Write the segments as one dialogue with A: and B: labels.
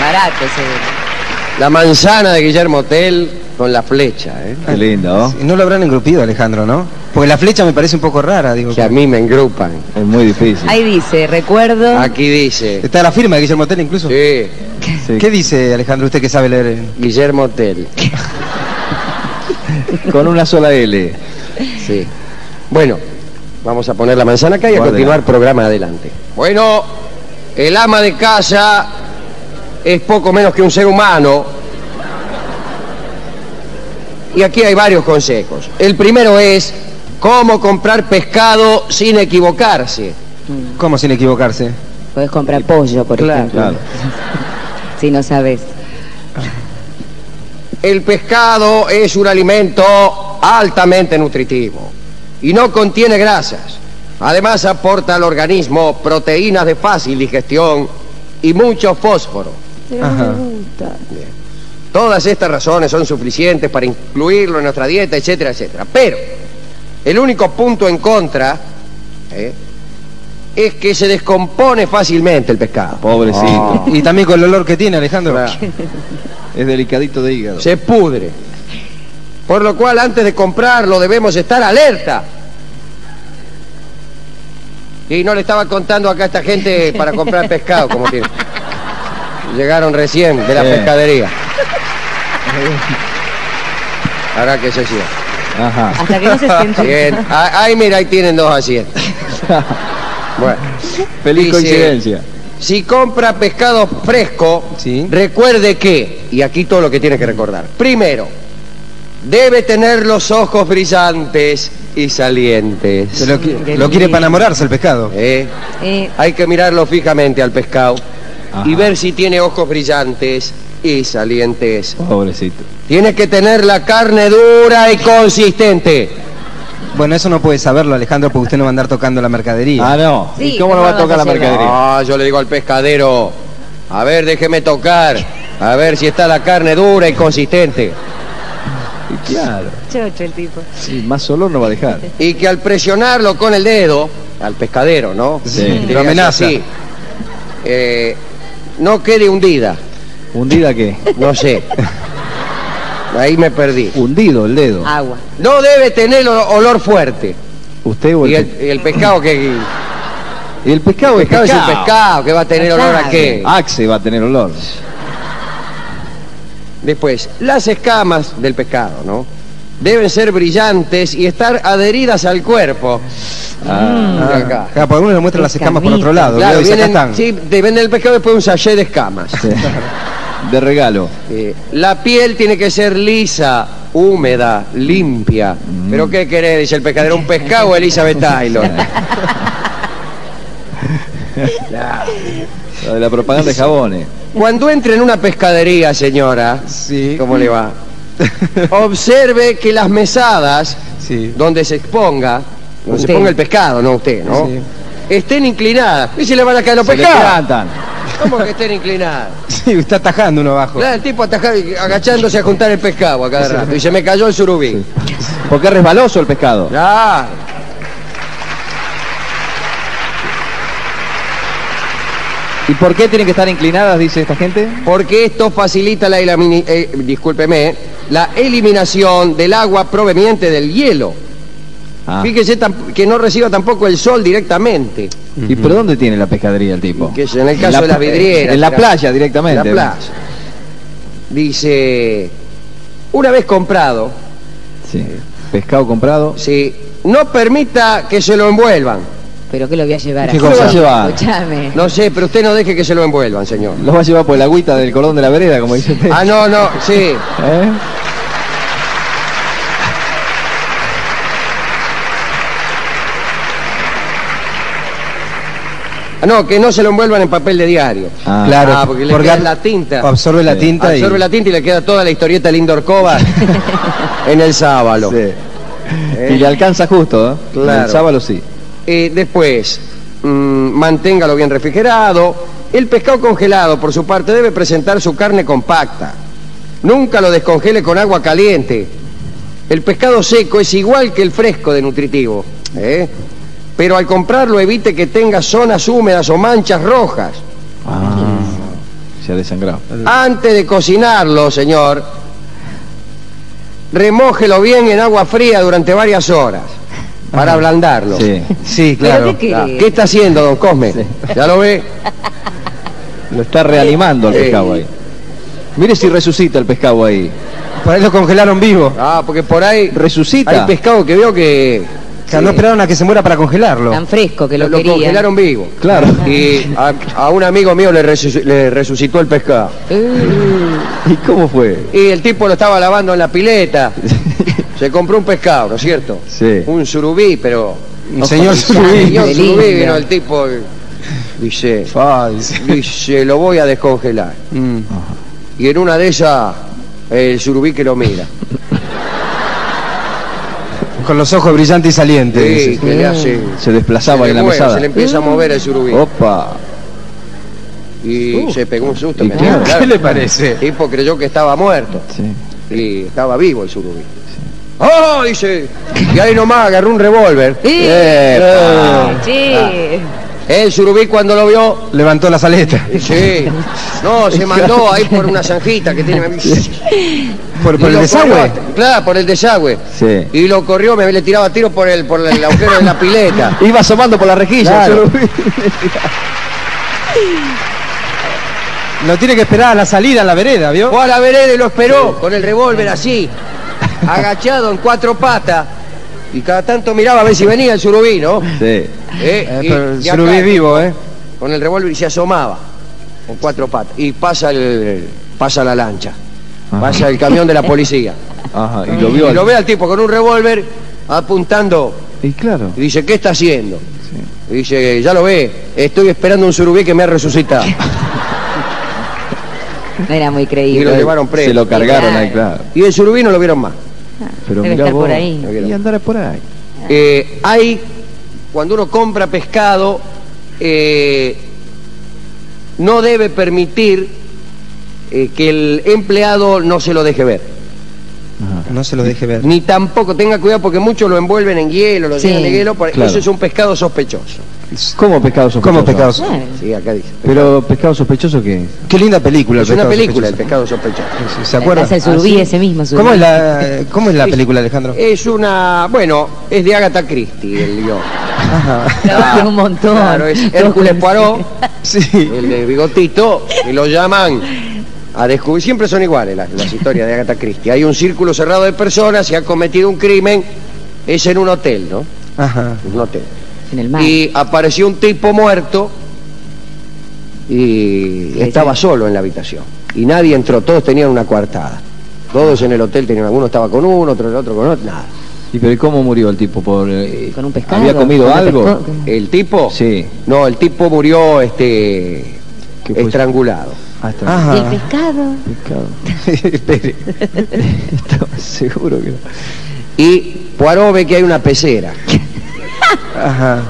A: barato seguro.
B: La manzana de Guillermo Tell con la flecha, ¿eh?
C: Qué lindo, ¿no?
D: Sí, No lo habrán engrupido, Alejandro, ¿no? Porque la flecha me parece un poco rara, digo.
B: Que a mí me engrupan.
C: Es muy difícil.
A: Ahí dice, recuerdo.
B: Aquí dice.
D: Está la firma de Guillermo Tell incluso.
B: Sí,
C: Sí.
D: ¿Qué dice Alejandro, usted que sabe leer? eh?
B: Guillermo Tell.
C: Con una sola L.
B: Sí. Bueno, vamos a poner la manzana acá y a
C: Guarda.
B: continuar programa adelante. Bueno, el ama de casa es poco menos que un ser humano. Y aquí hay varios consejos. El primero es cómo comprar pescado sin equivocarse.
D: ¿Cómo sin equivocarse?
A: Podés comprar pollo, por
B: Claro,
A: ejemplo.
C: Claro.
A: Si no sabes.
B: El pescado es un alimento altamente nutritivo y no contiene grasas. Además aporta al organismo proteínas de fácil digestión y mucho fósforo.
D: Ajá.
B: Todas estas razones son suficientes para incluirlo en nuestra dieta, etcétera, etcétera. Pero el único punto en contra ¿eh? es que se descompone fácilmente el pescado.
C: Pobrecito.
D: Y también con el olor que tiene, Alejandro.
B: Ah.
C: Es delicadito de hígado.
B: se pudre. Por lo cual, antes de comprarlo, debemos estar alerta. Y no le estaba contando acá a esta gente para comprar pescado, como tiene. Llegaron recién de la
C: Sí.
B: pescadería. Ahora que se siga.
C: Ajá.
A: Hasta que no se siente.
B: Bien. Ah, Ahí, mira, ahí tienen dos asientos. Bueno.
C: Feliz
B: Ah, Dice,
C: coincidencia.
B: Si compra pescado fresco,
D: Sí.
B: recuerde que, y aquí todo lo que tiene que recordar. Primero, debe tener los ojos brillantes y
D: Se
B: salientes.
D: lo, qui-
A: Qué
D: lo quiere
A: lindo.
D: para enamorarse el pescado.
B: ¿eh?
A: Eh,
B: Hay que mirarlo fijamente al pescado y
C: Ajá.
B: ver si tiene ojos brillantes y salientes.
C: Pobrecito.
B: Tiene que tener la carne dura y consistente.
D: Bueno, eso no puede saberlo, Alejandro, porque usted no va a andar tocando la mercadería.
C: Ah, no.
A: Sí,
C: ¿Y cómo lo va a
A: ¿cómo
C: tocar la
A: vas a llevar?
C: mercadería?
B: Ah, yo le digo al pescadero, a ver, déjeme tocar, a ver si está la carne dura y consistente.
C: Y Claro.
A: chocho el tipo.
C: Sí, más olor no va a dejar.
B: y que al presionarlo con el dedo, al pescadero, ¿no?
C: Sí.
B: Le
D: Lo
B: hace
D: amenaza.
B: así, eh, no quede hundida,
C: ¿Hundida qué?
B: no sé. Ahí me perdí.
C: Hundido el dedo.
B: Ah.
A: Agua.
B: No debe tener o- olor fuerte.
C: Usted o el
B: Y
C: pe-
B: el, y el pescado que...
C: y el
B: El
C: pescado,
B: pescado es un
C: pescado.
B: pescado que va a tener olor a
A: Claro.
B: qué.
C: Axe va a tener olor.
B: Después, las escamas del pescado, ¿no? Deben ser brillantes y estar adheridas al cuerpo.
C: Ah,
B: Mira acá.
D: Ah, por algunos le muestran las escamas por otro
A: Escamita.
D: lado.
B: Claro,
D: y acá
B: vienen,
D: están.
B: sí, te venden el pescado y después un sachet de escamas.
C: sí. De regalo.
B: Eh, la piel tiene que ser lisa, húmeda, limpia. ¿Pero qué querés? Dice el pescadero, un pescado o Elizabeth Taylor.
C: La de la propaganda de jabones.
B: Cuando entre en una pescadería, señora,
D: Sí.
B: ¿cómo le va? Observe que las mesadas,
D: Sí.
B: donde se exponga, donde se
A: Usted.
B: ponga el pescado, no usted, ¿no?
D: Sí.
B: Estén inclinadas. ¿Y si le van a caer los
C: Se le
B: pescados?
C: plantan.
B: ¿Cómo que estén inclinadas?
D: Sí, está atajando uno abajo.
B: Claro, el tipo atajado y agachándose a juntar el pescado a cada rato. Y se me cayó el surubí.
C: Porque es resbaloso el pescado.
B: Claro.
C: ¿Y por qué tienen que estar inclinadas, dice esta gente?
B: porque esto facilita la, elamini- eh, discúlpeme, la eliminación del agua proveniente del hielo.
C: Ah.
B: Fíjese tam- que no reciba tampoco el sol directamente.
C: ¿Y por dónde tiene la pescadería el tipo?
B: Que es en el caso de las
C: pla- eh,
B: vidrieras.
C: En Oh. la
B: era-
C: playa directamente.
B: En la playa. Dice, una vez comprado,
C: Sí. Pescado comprado.
B: si no permita que se lo envuelvan.
A: Pero que lo voy a llevar
C: ¿Qué
A: así?
C: cosa va a llevar?
A: Escuchame.
B: No sé, pero usted no deje que se lo envuelvan, señor.
C: Los va a llevar por el agüita del cordón de la vereda, como dice usted.
B: Ah, no, no, sí.
C: ¿Eh?
B: Ah, No, que no se lo envuelvan en papel de diario.
C: Ah.
D: Claro,
B: Ah, porque le queda la tinta.
D: Absorbe la
C: Sí.
D: tinta
B: Absorbe
D: y...
B: la tinta y le queda toda la historieta del Indorcova en el sábalo.
C: Sí. Y le alcanza justo, ¿eh?
B: Eh. Claro.
C: El sábado sí.
B: Eh, después, mm, manténgalo bien refrigerado. El pescado congelado, por su parte, debe presentar su carne compacta. Nunca lo descongele con agua caliente. El pescado seco es igual que el fresco de nutritivo. ¿eh? Pero Ah. al comprarlo evite que tenga zonas húmedas o manchas rojas.
C: se ha desangrado.
B: Antes de cocinarlo, señor, remójelo bien en agua fría durante varias horas para ablandarlo.
C: Sí.
D: Sí,
A: ¿Pero
D: claro.
A: qué
B: Ah, ¿Qué está haciendo, don Cosme? ¿Ya lo ve?
C: Lo está reanimando el
B: Sí.
C: pescado ahí. Mire si resucita el pescado ahí.
D: Por ahí lo congelaron vivo.
B: Ah, porque por ahí hay
C: Resucita.
B: pescado que veo que
D: O sea, no esperaron a que se muera para congelarlo.
A: Tan fresco que lo,
B: lo, lo
A: querían.
B: congelaron vivo.
C: Claro.
B: Y a, a un amigo mío le, resuc- le resucitó el pescado.
A: Uh,
C: ¿Y cómo fue?
B: Y el tipo lo estaba lavando en la pileta. Se compró un pescado, ¿no es cierto?
C: Sí.
B: Un surubí, pero...
D: Un señor
B: Un
D: surubí.
A: Dios.
B: señor surubí
A: lindo.
B: vino el tipo y dice,
D: Ay, sí.
B: dice, lo voy a descongelar.
D: Mm.
B: Y en una de esas, el surubí que lo mira.
D: Con los ojos brillantes y salientes.
B: Sí,
D: dice.
B: que le hace...
C: Se desplazaba
B: se le
C: en la
B: mueve,
C: mesada.
B: Se le empieza a mover el surubí.
D: Oh.
C: Opa.
B: Y se pegó un susto.
C: Y
B: me
C: claro.
B: dijo,
D: ¿Qué le parece?
B: El tipo creyó que estaba muerto.
C: Sí.
B: Y estaba vivo el surubí. ¡Oh! Dice. Y ahí nomás agarró un revólver.
A: Sí.
B: Epa.
A: eh, che.
B: El surubí cuando lo vio.
D: Levantó las aletas.
B: Sí. No, se mandó ahí por una zanjita que tiene.
D: Por, por
B: Y
D: el
B: lo
D: desagüe.
B: corrió- claro, por el desagüe.
C: Sí.
B: Y lo corrió, me le tiraba tiro por el, por el agujero de la pileta.
C: Iba asomando por la rejilla.
B: Claro.
C: solo-
D: Lo tiene que esperar a la salida, a la vereda, ¿vio?
B: Fue a la vereda y lo esperó con el revólver así, agachado en cuatro patas. Y cada tanto miraba a ver si venía el surubí, ¿no?
C: Sí.
B: Eh,
D: Eh,
B: y-
D: pero el
B: y acá,
D: surubí vivo, ¿eh?
B: Con el revólver y se asomaba con cuatro patas. Y pasa el, pasa la lancha,
C: Ajá.
B: pasa el camión de la policía.
C: Ajá. Y lo
B: Y
C: vio. al-
B: lo ve al tipo con un revólver apuntando
C: Y claro.
B: y dice, ¿qué está haciendo?
C: Sí.
B: Y dice, ya lo ve, estoy esperando un surubí que me ha resucitado.
A: No era muy
B: Y lo
A: creíble.
B: llevaron preso.
C: Se lo cargaron
A: Claro.
C: ahí, claro.
B: Y el surubí no lo vieron más.
C: Pero
A: Debe
C: mirá
A: estar por
C: vos.
A: ahí.
C: Y andar por ahí.
B: Eh, hay, cuando uno compra pescado, eh, no debe permitir eh, que el empleado no se lo deje ver.
C: Ajá.
D: No se lo deje ver.
B: Ni tampoco tenga cuidado porque muchos lo envuelven en hielo, lo
A: Sí.
B: llenan de hielo, por-
C: Claro.
B: eso es un pescado sospechoso.
C: ¿Cómo pescado sospechoso?
D: ¿Cómo pescados?
A: Claro.
B: Sí, acá dice.
C: Pero pescado sospechoso qué es?
D: Qué linda película. el
B: Es una
D: pescado
B: película, el
D: sospechoso.
B: pescado sospechoso.
D: Sí, ¿Se acuerda?
A: Es el surubí,
C: Ah, sí.
A: ese mismo surubí.
D: ¿Cómo es la, cómo es la película, Alejandro?
B: Es una, bueno, es de Agatha Christie el guión.
D: Ajá.
A: Trabaja un montón.
B: Claro, es Hércules Poirot.
D: Sí.
B: el de bigotito, y lo llaman a descubrir. Siempre son iguales las, las historias de Agatha Christie. Hay un círculo cerrado de personas, se ha cometido un crimen, es en un hotel, ¿no?
D: Ajá.
B: Un hotel.
A: En el mar.
B: Y apareció un tipo muerto y estaba solo en la habitación. Y nadie entró, todos tenían una coartada. Todos en el hotel tenían, alguno estaba con uno, otro el otro con otro, nada.
C: ¿Y pero ¿y cómo murió el tipo? ¿Por, eh,
A: Con un pescado.
C: ¿Había comido
A: Con un
C: algo?
A: pescado.
B: ¿El tipo?
C: Sí.
B: No, el tipo murió este
C: ¿Qué fue?
B: estrangulado.
C: Ah, está
A: ¿Y el
D: Ajá.
A: pescado?
C: pescado.
D: Espere.
C: Estaba seguro que no.
B: Y Poirot ve que hay una pecera.
D: Ajá.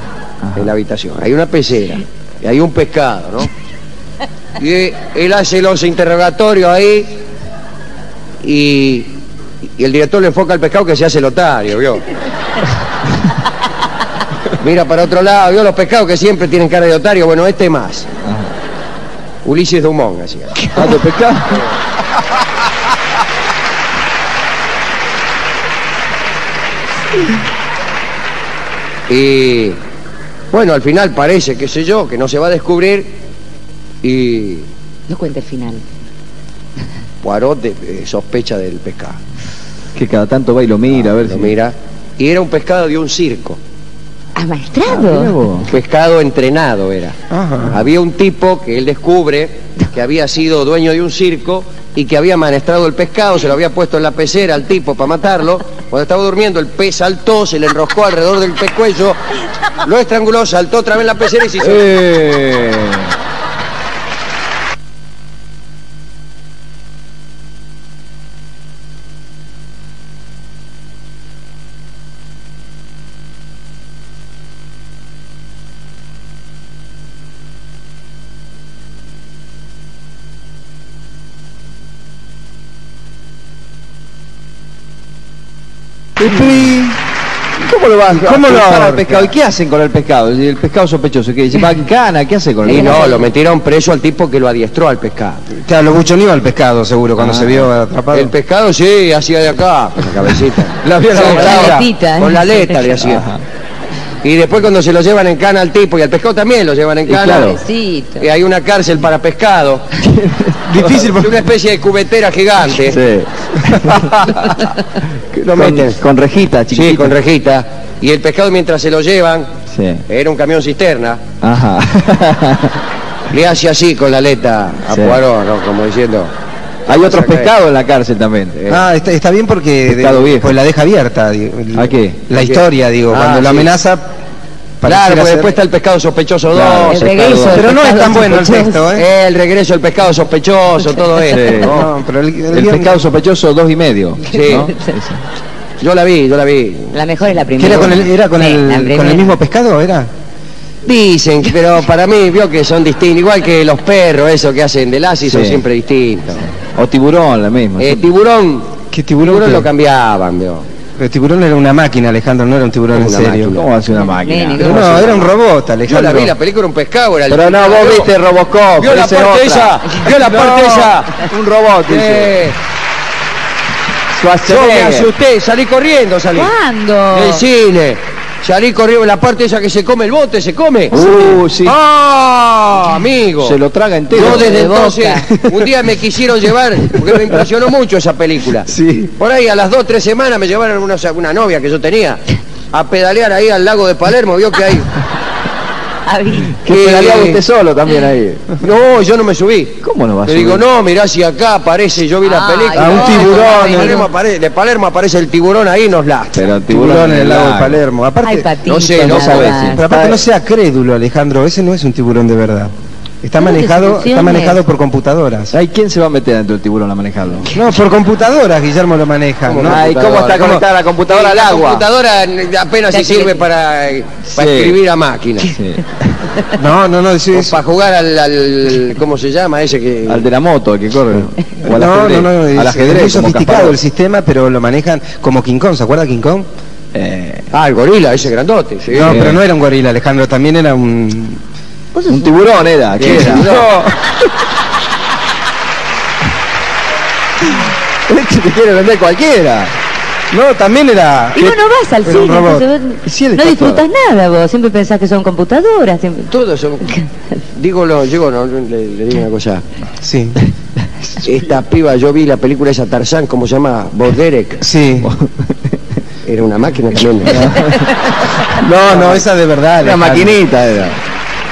B: en la habitación. Hay una pecera, y hay un pescado, ¿no? Y eh, él hace los interrogatorios ahí y, y el director le enfoca al pescado que se hace el otario, ¿vio? Mira para otro lado, ¿vio? Los pescados que siempre tienen cara de otario, bueno, este más. Ulises Dumont, así.
C: Ah, de pescado.
B: Y bueno, al final parece, qué sé yo, que no se va a descubrir y
A: No cuenta el final.
B: Poirot de- eh, sospecha del pescado.
C: Que cada tanto va y lo mira, a ver
B: Lo
C: si...
B: mira. Y era un pescado de un circo.
C: Ah, mirá
A: ¿Amaestrado?
C: vos.
B: Pescado entrenado era.
D: Ajá.
B: Había un tipo que él descubre que había sido dueño de un circo y que había maestrado el pescado, se lo había puesto en la pecera al tipo para matarlo. Cuando estaba durmiendo, el pez saltó, se le enroscó alrededor del pescuezo, lo estranguló, saltó otra vez en la pecera y se hizo.
C: Eh.
B: ¿Cómo lo vas a
C: ¿Cómo lo
B: cruzar
C: agarran
B: al
C: al pescado? ¿Y qué hacen con el pescado? Y El pescado sospechoso, ¿qué? ¿Se va en cana? ¿Qué hace con el
B: Y
C: pescado?
B: no, lo metieron preso al tipo que lo adiestró al pescado.
D: Claro, lo buchoneó al pescado, seguro, cuando
C: Ah.
D: se vio atrapado.
B: El pescado sí, hacía de acá, con la cabecita. La vio la
A: Con la
B: boca.
A: aletita, ¿eh?
B: Con la aleta le
C: Ajá.
B: hacía. Y después cuando se lo llevan en cana al tipo, y al pescado también lo llevan en
C: Y
B: cana.
C: claro.
A: Pobrecito.
B: Y hay una cárcel para pescado.
D: Difícil
B: Es una especie de cubetera gigante. Lo meten.
C: Con, con rejita, chiquitita.
B: Sí, con rejita. Y el pescado mientras se lo llevan,
C: Sí.
B: era un camión cisterna,
C: Ajá.
B: le hace así con la aleta a
C: Sí.
B: Poirot, ¿no? como diciendo.
C: Hay otros
B: Saca ahí.
C: pescados en la cárcel también. Eh,
D: Ah, está, está bien porque de-
C: Pescado viejo.
D: pues la deja abierta. digo.
C: ¿A qué?
B: ¿A
D: La
B: qué?
D: historia, digo,
B: Ah,
D: cuando lo
B: sí.
D: amenaza.
B: Claro,
D: pareciera
B: porque
D: ser-
B: después está el pescado sospechoso
C: Claro,
B: 2.
A: el
C: se
A: regreso.
C: tardó.
A: del
D: Pero no es
A: pescado
D: tan bueno el
A: sospechoso.
D: texto, ¿eh?
B: El regreso del pescado sospechoso, todo
C: Sí.
B: esto. ¿no?
D: No, pero el, el
C: El
D: guión-
C: pescado sospechoso dos y medio.
B: Sí.
C: ¿no?
B: Yo la vi, yo la vi.
A: La mejor es la
D: ¿Que
A: primera.
D: era con el, era con
A: Sí,
D: el-
A: la
D: con el
A: primera.
D: mismo pescado? ¿Era?
B: Dicen, pero para mí, vio que son distintos. Igual que los perros, eso que hacen del ASI, son
C: Sí.
B: siempre distintos.
C: O tiburón, la misma.
B: Eh, tiburón,
D: ¿Qué
B: tiburón
D: tiburón? que-
B: lo cambiaban, vio.
D: Pero el tiburón era una máquina, Alejandro, no era un tiburón en
B: Una
D: serio.
B: máquina.
C: ¿Cómo hace una máquina?
A: Nene,
D: No, no, era un robot,
B: Yo
D: Alejandro.
B: la vi, la película era un pescado. Era el-
C: Pero no, vos viste Robocop.
B: Vio la
C: esa es
B: parte
C: otra.
B: esa, vio la parte
C: No,
B: esa.
C: Un robot, dice.
B: Eh, yo me
C: Schwarzenegger.
B: asusté, salí corriendo, salí.
A: ¿Cuándo?
D: Eh,
B: Del cine. Salí corriendo, la parte esa que se come el bote, se come.
C: Uh, sí.
B: ¡Ah, amigo!
C: Se lo traga entero.
B: Yo desde
A: de boca.
B: entonces, un día me quisieron llevar, porque me impresionó mucho esa película.
D: Sí.
B: Por ahí a las dos, tres semanas me llevaron una, una novia que yo tenía a pedalear ahí al lago de Palermo, vio que hay.
A: Ah, vi.
C: Que
B: Eh,
C: pedaleaba
B: eh.
C: usted solo también ahí.
B: No, yo no me subí.
C: ¿Cómo no va a
B: Le digo,
C: subir?
B: no, mirá si acá aparece, yo vi la
A: Ay, no,
B: película.
C: Ah, un
B: de
C: tiburón,
B: Palermo
C: eh.
B: apare- de Palermo aparece el tiburón ahí y nos lastra.
C: Pero
D: Tiburón, en el lago de Palermo.
A: Ay,
D: Aparte,
A: patito.
B: no sé, no
A: nada
B: sabés,
A: más.
C: sí.
D: pero aparte no sea crédulo, Alejandro, ese no es un tiburón de verdad. Está
A: No,
D: manejado, está
A: desilusiones.
D: manejado por computadoras.
C: Ay, ¿quién se va a meter dentro del tiburón a manejarlo?
D: No, por computadoras Guillermo lo maneja.
B: ¿Cómo
D: ¿no?
B: no?
C: Ay, ¿cómo está conectada la computadora al
B: la
C: agua?
B: computadora eh, apenas si
A: Ya que-
B: sirve para, eh, para
C: Sí.
B: escribir a máquina.
C: Sí.
D: No, no, no, sí,
B: O
D: es-
B: para jugar al, al- ¿Cómo se llama ese que.?
C: Al de la moto, al que corre. O al
D: no,
C: ajedrez.
D: no, no, es,
C: al ajedrez,
D: es muy
C: como
D: sofisticado
C: Kasparov.
D: el sistema, pero lo manejan como King Kong, ¿se acuerda King Kong?
C: Eh,
B: Ah, el gorila, ese grandote. sí.
D: No,
C: Sí.
D: pero no era un gorila, Alejandro, también era Pues un...
A: Vos sos
C: un tiburón era. ¿qué
B: Era.
C: era? Este te quiere vender cualquiera.
D: No, también era...
A: Y vos no vas al
D: Era
A: cine,
D: un robot.
A: entonces vos
C: Sí, él
A: no
C: está
A: disfrutas nada vos, siempre pensás que son computadoras. siempre-
B: Todos son. Digo, lo, digo no, le, le digo una cosa.
D: Sí,
B: Esta piba, yo vi la película esa Tarzán, ¿cómo se llama? Boderek.
D: sí.
B: Era una máquina también.
D: No, no, esa de verdad.
C: Una
D: Alejandro.
C: maquinita era.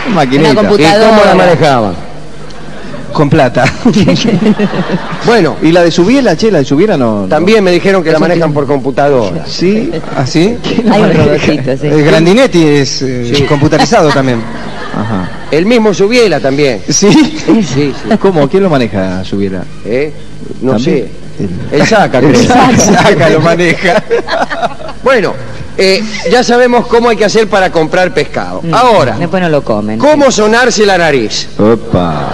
C: Una maquinita.
A: Una
B: ¿Y cómo la manejaba?
D: Con plata.
B: Bueno,
C: ¿Y la de Subiela, che? La de Subiela no. no.
B: también me dijeron que la manejan por computadora.
D: ¿Ah, ¿Sí? ¿Así?
A: Hay un robotito, sí.
D: El Grandinetti es eh,
B: Sí.
D: computarizado también.
C: Ajá.
B: El mismo Subiela también.
D: ¿Sí?
B: Sí, sí.
C: ¿Cómo? ¿Quién lo maneja a Subiela?
B: ¿Eh? No
C: ¿También?
B: sé. El saca, creo.
D: Saca, lo maneja.
B: Bueno, eh, ya sabemos cómo hay que hacer para comprar pescado.
A: Mm,
B: Ahora,
A: Después no lo comen.
B: ¿cómo sonarse la nariz?
C: Opa.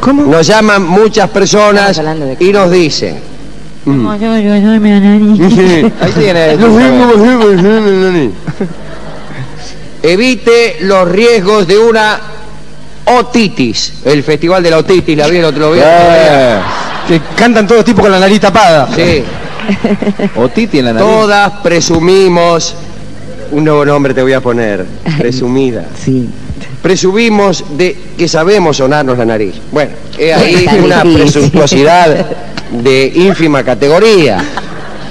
D: ¿Cómo?
B: Nos llaman muchas personas
A: Estamos hablando de-
B: y nos dicen.
A: No, yo, yo, yo, mi
D: ¿Mm?
A: nariz.
C: Ahí tiene.
B: Evite los riesgos de una otitis. El festival de la otitis, la vi el otro día.
C: Eh,
D: Que cantan todos tipos con la nariz tapada.
B: Sí,
C: O Titi en la nariz.
B: todas presumimos. Un nuevo nombre te voy a poner. Presumida.
A: Sí.
B: Presumimos de que sabemos sonarnos la nariz. Bueno, es ahí
A: Tan
B: una
A: difícil.
B: presuntuosidad de ínfima categoría.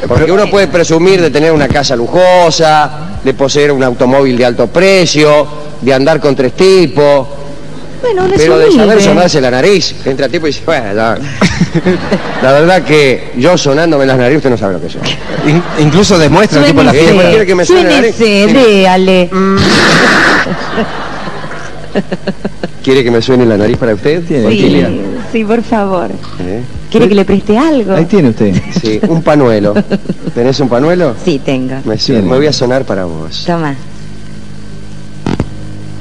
B: Porque uno puede presumir de tener una casa lujosa, de poseer un automóvil de alto precio, de andar con tres tipos,
A: Bueno, uno es
B: pero de saber
A: humilde.
B: sonarse la nariz. Entra el tipo y dice, bueno, la, la verdad que yo sonándome las narices usted no sabe lo que soy.
D: In- incluso demuestran tipo la
B: Suénese.
D: fiesta.
B: Eh, quiere que me suene la nariz. Mm.
A: Suénese,
B: Sí.
A: déale.
B: ¿Quiere que me suene la nariz para usted?
C: Tiene.
A: Sí,
C: Tranquila.
A: sí, por favor.
B: ¿Eh?
A: ¿Quiere que le preste algo?
C: Ahí tiene usted.
B: Sí, un panuelo. ¿Tenés un panuelo?
A: Sí, tengo.
B: Me, su-
C: Tiene.
B: me voy a sonar para vos.
A: Toma.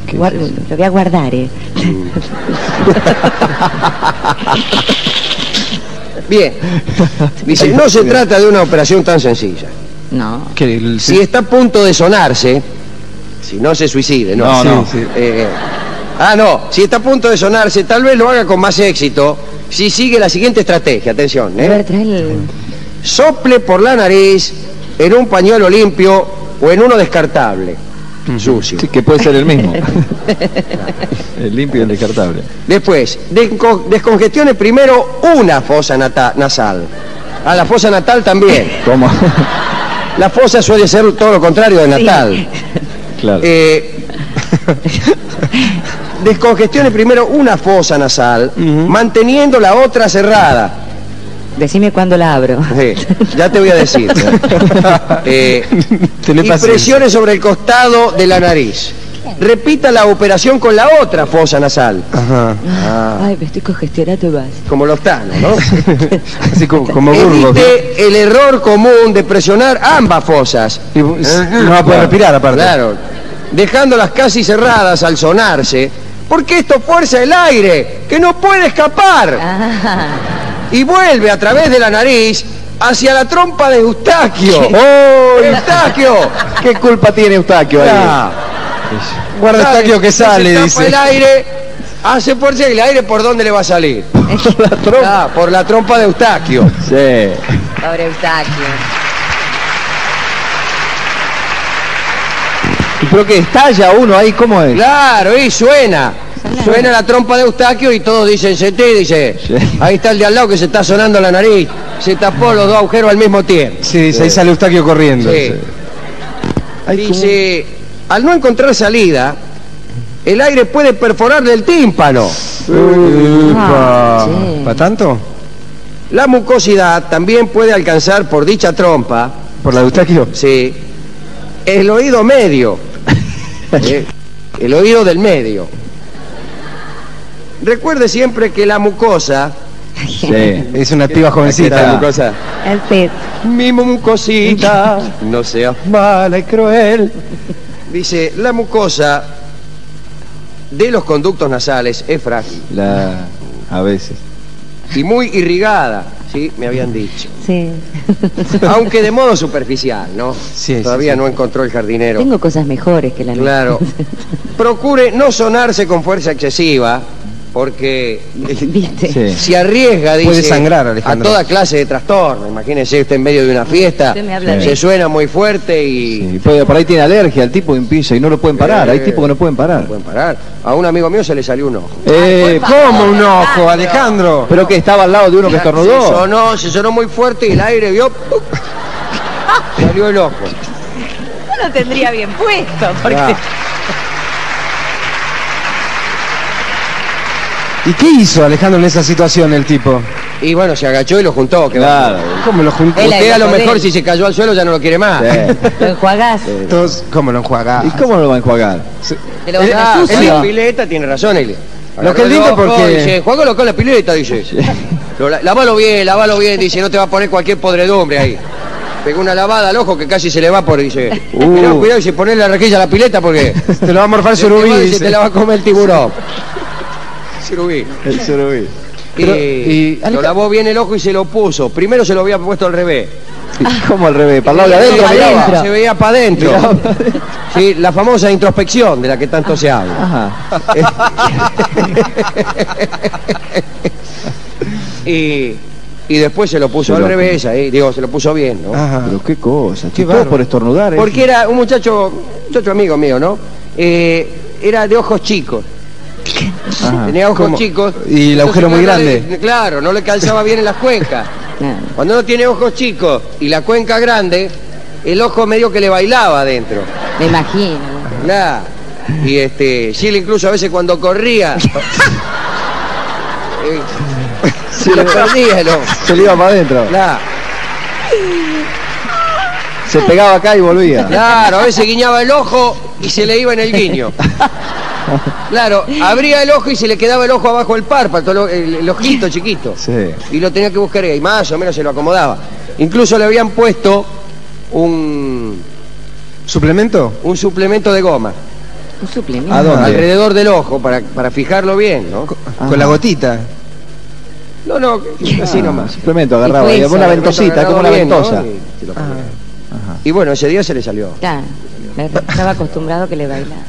C: ¿Qué
A: Guar-
C: es eso?
A: lo voy a guardar, ¿eh?
B: Bien. Dice, no se trata de una operación tan sencilla.
A: No.
D: Que el-
B: Si está a punto de sonarse, si no se suicide, ¿no?
C: No, no.
D: Sí, sí.
B: Eh, ah, no, si está a punto de sonarse, tal vez lo haga con más éxito si sigue la siguiente estrategia, atención,
A: A ver,
B: ¿eh?
A: trae el...
B: Sople por la nariz en un pañuelo limpio o en uno descartable, sucio.
C: Mm. Sí, que puede ser el mismo. el limpio y el descartable.
B: Después, desco- descongestione primero una fosa nata- nasal. A la fosa natal también.
C: ¿Cómo?
B: La fosa suele ser todo lo contrario de natal.
C: claro.
B: Eh, descongestione primero una fosa nasal, manteniendo la otra cerrada.
A: Decime cuándo la abro.
B: Sí, ya te voy a decir. Eh,
D: Tené
B: y
D: paciencia.
B: presione sobre el costado de la nariz. Repita la operación con la otra fosa nasal,
D: Ajá.
C: Ah.
A: Ay, me estoy congestionando más.
B: como los tanos, ¿no?
D: Así como, como Burgos.
B: Evite el error común de presionar ambas fosas.
D: Y- No va a poder Ah, respirar aparte.
B: Claro. Dejándolas casi cerradas al sonarse, porque esto fuerza el aire, que no puede escapar,
A: Ah,
B: y vuelve a través de la nariz hacia la trompa de Eustaquio. ¡Oh, Eustaquio!
C: ¿Qué culpa tiene Eustaquio
B: Ya.
D: Guarda
B: Sabe,
D: Eustaquio que
B: se
D: sale,
B: tapa
D: dice.
B: el aire, hace fuerza y el aire por dónde le va a salir.
C: La trompa.
B: Ah, por la trompa de Eustaquio.
C: Sí.
A: pobre Eustaquio.
C: Pero que estalla uno ahí, ¿cómo es?
B: Claro, y suena. Suena la trompa de Eustaquio y todos dicen, se te dice,
C: Sí.
B: ahí está el de al lado que se está sonando la nariz, se tapó los dos agujeros al mismo tiempo.
D: Sí, dice, ahí sale Eustaquio corriendo.
B: Sí. Dice, al no encontrar salida, el aire puede perforarle el tímpano.
A: Ah,
D: Upa.
A: sí.
D: ¿Para tanto?
B: La mucosidad también puede alcanzar por dicha trompa,
D: ¿Por la de Eustaquio?
B: sí, el oído medio, eh, el oído del medio. Recuerde siempre que la mucosa
C: Sí.
D: Es una activa
B: Esta
D: jovencita.
B: mucosa.
A: El pet.
B: Mi mucosita, no seas mala y cruel. Dice, la mucosa de los conductos nasales es frágil
C: La... A veces.
B: y muy irrigada, ¿sí? Me habían dicho.
A: Sí.
B: Aunque de modo superficial, ¿no?
D: Sí, sí,
B: Todavía
D: sí.
B: no encontró el jardinero.
A: Tengo cosas mejores que la mía.
B: Claro. Procure no sonarse con fuerza excesiva, porque
A: ¿Viste?
C: Sí.
B: se arriesga, dice,
D: Puede sangrar,
B: a
D: Alejandro.
B: toda clase de trastorno. Imagínese usted en medio de una fiesta,
A: Usted me habla
B: se
A: de-
B: suena muy fuerte y...
C: Sí, puede- por ahí tiene alergia, el tipo impincha y no lo pueden parar. Hay
B: Eh.
C: tipos que no pueden parar.
B: No pueden parar. A un amigo mío se le salió un ojo.
C: Eh,
D: ¿Cómo un ojo, Alejandro?
C: ¿Pero que estaba al lado de uno
B: Se
C: que estornudó?
B: sonó, se sonó muy fuerte y el aire vio. ¡pup! Salió el ojo.
A: No lo tendría bien puesto.
B: Ya.
D: ¿Y qué hizo Alejandro en esa situación el tipo?
B: Y bueno, se agachó y lo juntó. qué
C: Claro.
B: bárbaro.
D: ¿Cómo lo juntó?
A: El
B: Usted
A: aire
B: a lo
A: con
B: mejor
A: él.
B: si se cayó al suelo ya no lo quiere más.
C: Sí.
A: Lo enjuagás.
D: Entonces, ¿Cómo lo enjuagás?
C: ¿Y cómo lo va a enjuagar?
A: Te lo
B: Eh,
A: botas
B: ah,
A: sucio.
B: en la pileta tiene razón, Eli.
D: Lo que
B: Agarró el
D: digo
B: ojo,
D: porque-
B: Dice, juega lo con la pileta, dice. Lo la- Lávalo bien, lávalo bien, dice, no te va a poner cualquier podredumbre ahí. Pegó una lavada al ojo que casi se le va por, dice.
C: Uh.
B: Cuidado, cuidado, dice, poner la rejilla a la pileta porque.
D: Te lo va a morfar
B: Se te
D: surubí,
B: va- se
D: dice.
B: te la va a comer el tiburón. Surubí.
C: El surubí.
D: Pero,
B: y
D: y,
B: lo
D: Aleca-
B: lavó bien el ojo y se lo puso. Primero se lo había puesto al revés.
C: ¿Cómo al revés? ¿Para el lado de
B: Se
C: adentro?
B: veía-
C: miraba?
A: adentro.
B: Se veía para adentro.
C: Miraba pa' adentro. Ah.
B: Sí, la famosa introspección de la que tanto se habla.
C: Ajá.
B: Y, y después se lo puso
C: Se
B: al
C: lo- Ah,
B: revés ahí. Digo, se lo puso bien, ¿no?
D: Ajá.
C: Pero qué cosa.
D: Qué
C: Qué
D: bárbaro.
C: por estornudar. ¿eh?
B: Porque era un muchacho, muchacho amigo mío, ¿no? Eh, era de ojos chicos.
C: Ajá.
B: Tenía ojos
D: ¿Cómo?
B: chicos.
D: Y el agujero muy
B: claro,
D: grande.
B: le- claro, no le calzaba bien en las cuencas.
A: Claro.
B: Cuando uno tiene ojos chicos y la cuenca grande, el ojo medio que le bailaba adentro.
A: Me imagino.
B: Nada. Y este, Gil incluso a veces cuando corría. eh, se lo perdía, ¿no?
C: Se le iba para adentro.
B: Nada.
C: Se pegaba acá y volvía.
B: Claro, a veces guiñaba el ojo y se le iba en el guiño. Claro, abría el ojo y se le quedaba el ojo abajo del párpado, lo- el, el ojito chiquito.
C: Sí.
B: Y lo tenía que buscar y más o menos se lo acomodaba. Incluso le habían puesto un,
D: ¿Suplemento?
B: un suplemento de goma
A: Un suplemento.
C: ¿A dónde?
B: alrededor del ojo para, para fijarlo bien, ¿no?
D: Con la gotita.
B: No, no, así nomás.
C: Suplemento
A: Y
C: agarraba.
A: fue
C: y
A: eso,
C: una
A: el
C: ventosita, como una
B: Bien, ¿no?
C: ventosa.
B: Y se lo ponía.
C: Ajá.
B: Y bueno, ese día se le salió.
A: Claro, claro, estaba acostumbrado que le bailaba.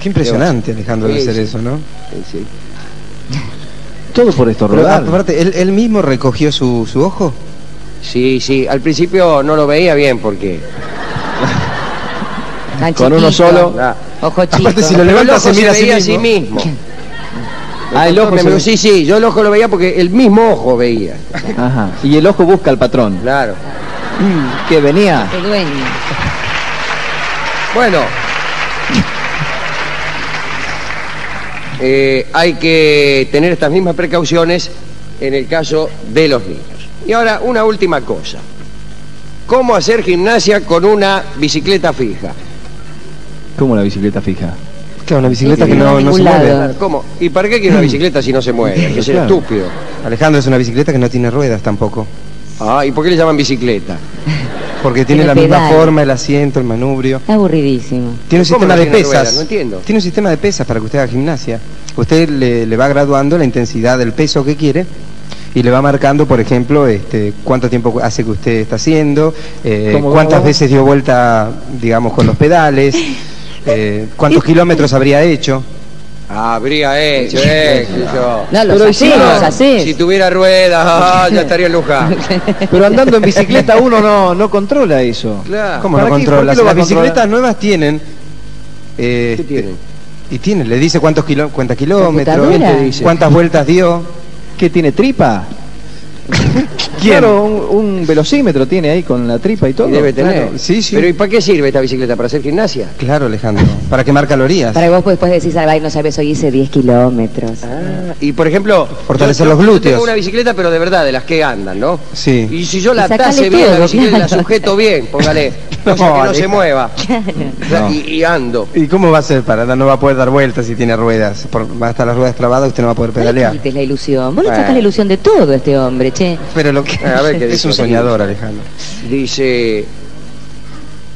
D: Qué impresionante, Alejandro,
B: Sí,
D: hacer
B: sí.
D: eso, ¿no?
B: Sí, sí.
C: Todo por esto,
D: Pero
C: rodar.
D: aparte, ¿él, él mismo recogió su, su ojo?
B: Sí, sí, al principio no lo veía bien porque...
A: Tan
C: Con uno
A: chiquito,
C: solo.
B: Ah.
A: Ojo chico.
D: Aparte, si lo
B: Pero el
D: levanta,
B: ojo
D: se mira a sí
B: veía
D: mismo.
B: A sí mismo.
C: Ah, el ojo
B: Me-
C: se
B: me-
C: ve.
B: Sí, sí, yo el ojo lo veía porque el mismo ojo veía.
C: Ajá. Y el ojo busca al patrón.
B: Claro.
C: Mm, que venía.
A: El dueño.
B: Bueno. Eh, hay que tener estas mismas precauciones en el caso de los niños. Y ahora, una última cosa. ¿Cómo hacer gimnasia con una bicicleta fija?
C: Como la bicicleta fija.
D: Claro, una bicicleta
A: Sí,
D: que no,
A: no,
D: no se
A: ningún
D: mueve.
A: lado.
B: ¿Cómo? ¿Y para qué quiere una bicicleta si no se mueve? Hay que ser
C: Claro.
B: estúpido.
D: Alejandro es una bicicleta que no tiene ruedas tampoco.
B: Ah, ¿y por qué le llaman bicicleta?
D: Porque tiene
A: Tiene
D: la misma
A: pedal.
D: forma, el asiento, el manubrio.
A: Está aburridísimo.
D: Tiene un
B: ¿Cómo
D: sistema
B: no
D: de
B: tiene
D: pesas.
B: ruedas? No entiendo.
D: Tiene un sistema de pesas para que usted haga gimnasia. Usted le, le va graduando la intensidad del peso que quiere y le va marcando, por ejemplo, este, cuánto tiempo hace que usted está haciendo, eh,
C: ¿Cómo,
D: cuántas
C: cómo?
D: veces dio vuelta, digamos, con los pedales, eh, cuántos kilómetros habría hecho.
B: Habría hecho, eh, qué sé yo.
A: No, los
C: Pero
A: haces,
C: hicieron-
A: los haces.
B: Si tuviera ruedas, ah, ya estaría en Luján.
C: Pero andando en bicicleta uno no, no controla eso.
B: Claro.
D: ¿Cómo
C: Ah, ¿para
D: no
C: qué- por qué
D: controlas?
C: lo va a
D: Las bicicletas
C: controlar?
D: nuevas tienen... eh,
B: ¿Qué tienen?
D: Y tiene, le dice cuántos kilo, cuántas kilómetros,
A: ¿Computadora?
D: ¿quién te dice? cuántas vueltas dio.
C: ¿Qué tiene tripa?
D: ¿Quién?
C: Claro, un, un velocímetro tiene ahí con la tripa y todo.
B: Y debe
C: Claro.
B: tener.
D: sí, sí.
B: Pero ¿y para qué sirve esta bicicleta? ¿Para hacer gimnasia?
D: Claro, Alejandro, para quemar calorías,
A: Para que vos pues, después decís al baile, no sabes, hoy hice 10 kilómetros.
B: Ah. Y por ejemplo,
D: Fortalecer
B: yo-
D: los
B: yo
D: glúteos.
B: Tengo una bicicleta, pero de verdad, de las que andan, ¿no?
D: Sí.
B: Y si yo
A: Y
B: la
A: sacale
B: atase bien, la
A: todo,
B: bicicleta la
A: claro.
B: sujeto bien, póngale,
D: No,
B: cosa que no
D: Alejo.
B: se mueva. O sea,
D: No.
B: Y, y ando.
D: ¿Y cómo va a ser para No va a poder dar vueltas si tiene ruedas. Por- va a estar las ruedas trabadas, usted no va a poder
A: No le
D: pedalear.
A: quites la ilusión. Vos le
B: Bueno.
A: sacás la ilusión de todo a este hombre, che.
D: Pero lo que
B: Eh, a ver qué
D: es
B: dice.
D: un soñador, Alejandro.
B: Dice,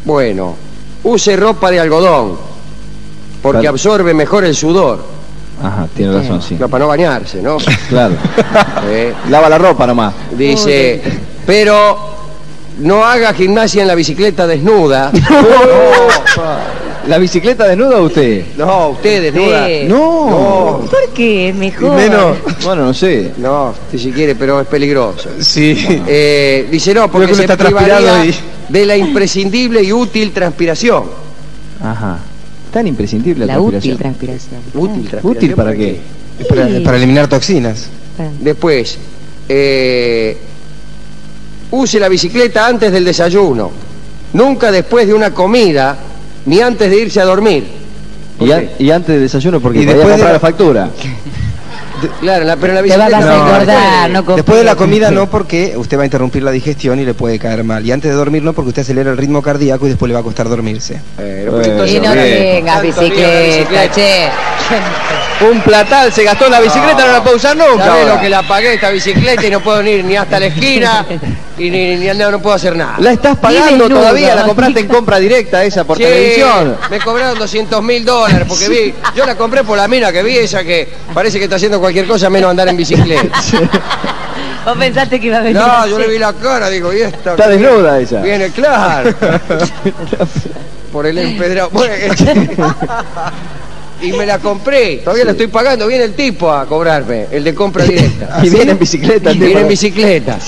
B: bueno, use ropa de algodón, porque
C: Claro.
B: absorbe mejor el sudor,
C: Ajá, tiene razón, sí.
B: para no bañarse, ¿no?
C: Claro.
B: Eh,
C: Lava la ropa nomás.
B: Dice, pero no haga gimnasia en la bicicleta desnuda.
C: ¿La bicicleta desnuda usted?
B: No, usted desnuda.
A: Sí.
C: Eh, No.
A: ¿Por qué? Es Mejor.
D: menos-
C: Bueno, no sé.
B: No, usted si quiere, pero es peligroso.
D: Sí.
B: Eh, dice no, porque
D: Creo que uno
B: se
D: está transpirado
B: privaría
D: y-
B: de la imprescindible y útil transpiración.
C: Ajá. Tan imprescindible la,
A: La útil
C: transpiración.
A: transpiración.
B: Útil transpiración.
C: ¿Útil para qué?
D: Eh, Para, para eliminar toxinas.
A: Ah,
B: Después, eh, use la bicicleta antes del desayuno, nunca después de una comida, ni antes de irse a dormir.
C: Y, an- y antes del desayuno porque
D: Y
C: podía
D: después de
C: comprar
D: la-
C: la factura.
B: Claro, la- pero en la
A: Te va-
B: bicicleta...
A: vas a
D: No,
A: engordar, no comes.
D: Después de la comida no, porque usted va a interrumpir la digestión y le puede caer mal. Y antes de dormir no, porque usted acelera el ritmo cardíaco y después le va a costar dormirse.
B: Pero, porque
A: Y
C: Eh,
B: entonces-
A: no
C: Bien.
A: tengas
B: Tanto lío de
A: bicicleta, che.
C: Un platal se gastó la
B: bicicleta, no la puedo
C: usar
B: ¿Sabés lo que la pagué esta bicicleta y no puedo ir ni hasta la esquina y ni, ni- no, no puedo hacer nada?
C: La estás pagando
A: desnudo,
C: todavía, la
A: chica.
C: compraste en compra directa esa por
B: Sí,
C: televisión.
B: Me cobraron 200 mil dólares porque vi, yo la compré por la mina que vi esa que parece que está haciendo cualquier cosa menos andar en bicicleta.
A: Vos pensaste que iba a venir.
B: No, yo
A: así.
B: le vi la cara, digo, y esta.
C: Está desnuda ella.
B: Viene, claro. Por el empedrado. Bueno, este- y me la compré, todavía la estoy pagando, viene el tipo a cobrarme, el de compra directa.
C: Y viene en bicicleta.
B: Y
C: tío.
B: viene en bicicleta.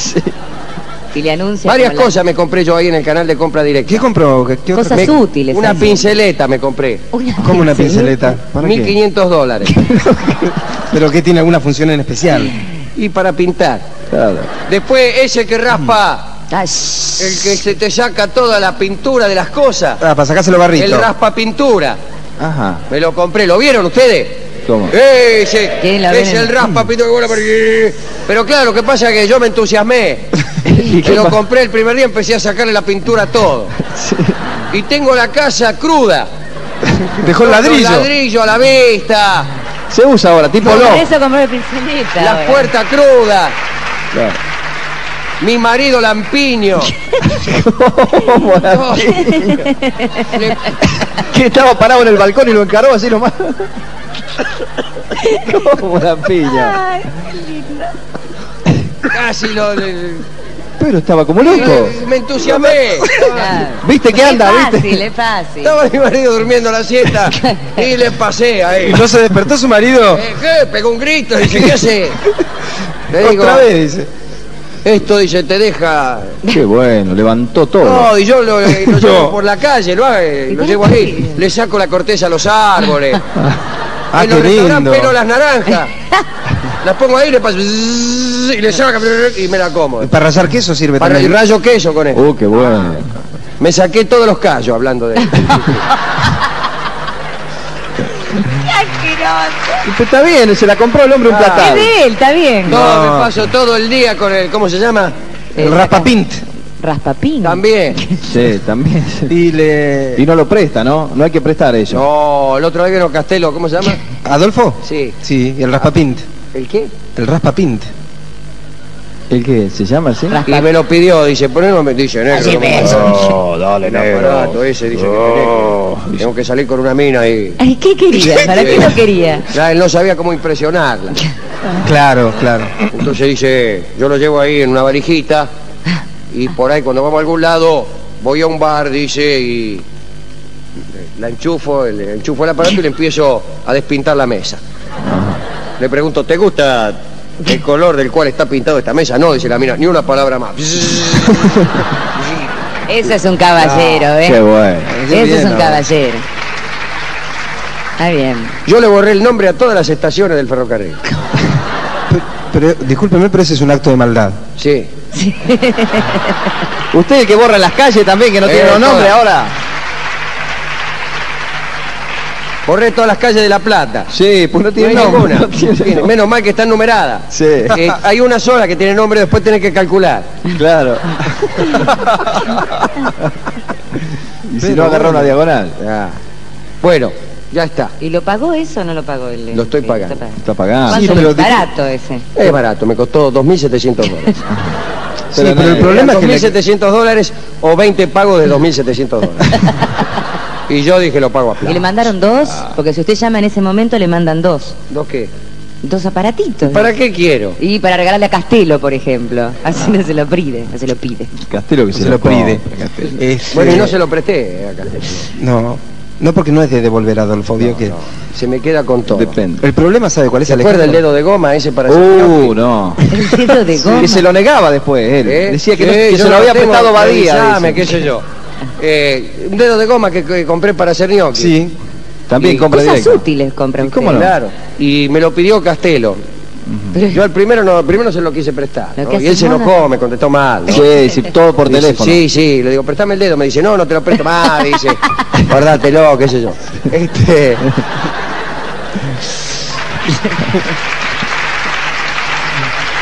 A: Y le anuncia.
B: Varias
A: como la-
B: cosas me compré yo ahí en el canal de compra directa.
D: ¿Qué compró? ¿Qué, qué otra-
A: Cosas
D: me-
A: útiles.
B: Una
A: así.
B: pinceleta me compré.
D: ¿Cómo una pinceleta?
C: ¿Para qué?
B: 1500 dólares.
D: ¿Pero que tiene alguna función en especial?
B: Y para pintar.
C: Claro.
B: Después ese que raspa,
A: Ay,
C: Mm.
B: el que se te saca toda la pintura de las cosas.
D: Ah, para sacárselo barrito.
B: El raspa pintura.
C: Ajá.
B: Me lo compré, ¿lo vieron ustedes?
C: ¿Cómo?
B: Ese,
A: ¿Quién la
B: es
A: ven?
B: el
C: Mm.
B: raspa pintura que vuela por aquí. Pero claro, lo que pasa es que yo me entusiasmé.
C: ¿Y
B: Me
C: qué
B: lo
C: pa-
B: compré el primer día, empecé a sacarle la pintura a todo. Y tengo la casa cruda.
D: Dejó el
B: Los
D: ladrillo.
B: ladrillo a la vista.
C: Se usa ahora, tipo
A: Por
C: lo.
A: eso compró la pinceleta.
B: La
A: ahora.
B: puerta cruda,
C: Claro.
B: mi marido lampiño.
C: ¿Cómo la-
B: No. Le-
C: que estaba parado en el balcón y lo encaró así nomás. ¿Cómo la piña?
B: casi lo. le-
C: Pero estaba como loco.
B: Me- Me entusiasmé.
A: Claro.
C: ¿Viste que anda?
A: Es
C: ¿Viste?
A: fácil, es fácil.
B: Estaba mi marido durmiendo la siesta y le pasé a
D: ¿Y
B: él.
D: no se despertó su marido?
B: Eh, ¿Qué? Pegó un grito, dice, ¿qué hace? Le digo,
D: Otra vez, dice.
B: Esto, dice, te deja...
C: Qué bueno, levantó todo.
B: No, y yo lo, lo llevo
D: No.
B: por la calle, lo, eh, lo llevo ahí, le saco la corteza a los árboles.
D: Ah,
B: en
D: qué
B: los
D: lindo.
B: restaurantes pelo las naranjas. Las pongo ahí, le paso... zzzz, Y le saco y me la como.
D: Para rayar queso sirve
B: Para, y
D: también.
B: rayo queso con esto.
D: Uh.
C: Oh, qué
B: Ah.
C: bueno.
B: Me saqué todos los callos hablando de esto.
A: Qué asqueroso.
C: Y pues está bien, se la compró el hombre un
B: Ah.
A: Es
C: platado.
A: de él, está bien.
B: No,
D: No.
B: me paso todo el día con el... ¿Cómo se llama?
A: Eh,
D: Raspapint.
A: Raspapín.
B: También.
C: Sí, también.
D: Y le...
C: Y no lo presta, ¿no? No hay que prestar eso.
B: No, el otro día vino Castelo, ¿cómo se llama?
D: ¿Adolfo?
B: Sí.
D: Sí, y el raspapint.
B: ¿El qué?
D: Ah. El raspapint.
C: ¿El qué? ¿Se llama así?
B: Y me lo pidió, dice, ponelo, me dice, negro.
A: Así Oh,
B: no me-
A: ves.
C: No, dale,
B: El aparato ese dice
A: Oh,
B: que tenés. Tengo que salir con una mina y...
A: Ay, ¿qué quería? ¿Para qué lo quería?
B: Ya él no sabía cómo impresionarla.
D: Claro, claro.
B: Entonces dice, yo lo llevo ahí en una varijita y por ahí cuando vamos a algún lado voy a un bar, dice, y la enchufo, le enchufo el aparato y le empiezo a despintar la mesa. Le pregunto, ¿te gusta el color del cual está pintado esta mesa? No, dice la mina, ni una palabra más.
A: Eso es un caballero, ¿eh?
C: Ah, Qué bueno.
A: Eso es un caballero. Está bien.
B: Yo le borré el nombre a todas las estaciones del ferrocarril.
D: Pero, pero, discúlpeme, pero ese es un acto de maldad.
B: Sí.
C: Usted el que borra las calles también, que no
B: Eh,
C: tiene los nombres
B: todas.
C: ahora.
B: Borré todas las calles de La Plata.
C: Sí, pues no
B: No hay
C: tiene nombre.
B: ninguna.
C: no tiene
B: Tiene-
C: nombre.
B: Menos mal que están numeradas.
C: Sí.
B: Eh, hay una sola que tiene nombre, después tenés que calcular.
C: Claro. y si
D: Pero
C: no agarra
D: bueno.
C: una diagonal.
B: Ah. Bueno, ya está.
A: ¿Y lo pagó eso o no lo pagó él?
B: Lo estoy pagando.
C: Está pagando. Ah,
D: Sí,
A: ¿Cuánto
D: pero
A: es barato ese?
B: Es barato, me costó 2.700 dólares.
D: Sí,
C: Eh. Pero
D: pero,
C: no,
D: el problema es que... le-
B: 2.700 dólares o 20 pagos de 2.700 dólares. y yo dije, lo pago a
A: ¿Y le
B: plata.
A: mandaron dos? Porque si usted llama en ese momento, le mandan dos.
B: ¿Dos qué?
A: Dos aparatitos.
B: ¿Para qué quiero?
A: Y para regalarle a Castelo, por ejemplo. Así no se lo pide, no se lo pide.
C: Castelo que
D: se lo
C: compre,
D: pride.
C: Castelo.
D: Este,
B: Bueno, y no se lo presté eh, acá.
D: No, no porque no es de devolver, Adolfo, vio que...
B: Se me queda con todo.
C: Depende.
D: El problema, ¿sabe cuál es,
B: ¿Se acuerda el
D: Alejandro?
B: dedo de goma ese para
C: Uh, no.
A: El dedo de goma.
C: Que se lo negaba después él.
B: ¿Eh?
C: Decía que,
B: Sí,
C: no- que
B: yo
C: se lo había
B: tengo,
C: prestado Badía.
B: revisame,
C: dice.
B: qué sé yo. Eh, un dedo de goma que, que compré para hacer gnocchi.
D: Sí,
C: También
B: Y
C: compra
A: Cosas
C: directo.
A: útiles compra
C: ¿Y
A: usted.
C: cómo no?
B: Claro. Y me lo pidió Castelo.
A: Pero-
B: Yo al primero no, al primero se lo quise prestar.
A: Lo
B: ¿no?
A: que
B: Y
A: hace
B: él se
A: mono-
B: enojó, me contestó mal. ¿no?
C: Sí, sí, todo por
B: Dice,
C: teléfono.
B: Sí, sí, le digo, prestame el dedo. Me dice, no, no te lo presto más. Dice, guardátelo, qué sé yo. Este.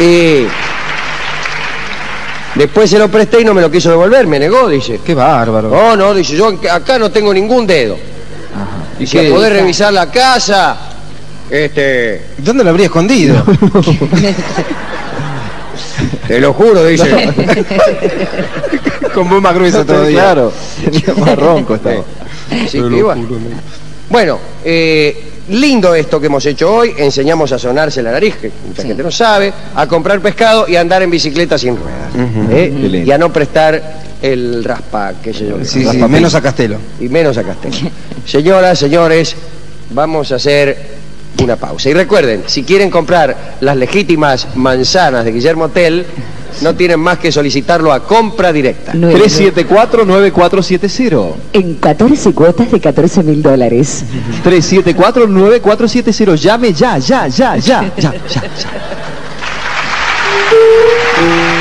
B: y. Después se lo presté y no me lo quiso devolver, me negó, dice.
D: qué bárbaro.
B: No, no, dice, yo en- acá no tengo ningún dedo.
C: ¿Y
B: Dice,
C: qué?
B: poder revisar la casa. Este.
D: ¿Dónde lo habría escondido?
B: Te lo juro, dice.
D: Con bomba gruesa todavía.
C: Claro. Tenía más ronco estaba.
B: Así que, bueno. Bueno, eh, lindo esto que hemos hecho hoy. Enseñamos a sonarse la nariz, que mucha gente no sabe, a comprar pescado y a andar en bicicleta sin ruedas.
D: Mm,
B: ¿eh?
C: Qué lindo.
B: Y a no prestar el raspa, qué sé yo. qué.
D: Sí, sí,
B: Raspa-
D: menos a Castelo.
B: Y menos a Castell. Señoras, señores, vamos a hacer una pausa. Y recuerden, si quieren comprar las legítimas manzanas de Guillermo Tell, no tienen más que solicitarlo a compra directa.
A: Nueve.
C: 374-9470.
A: En 14 cuotas de 14 mil dólares.
C: 374-9470. Llame ya, ya, ya, ya, ya, ya, ya.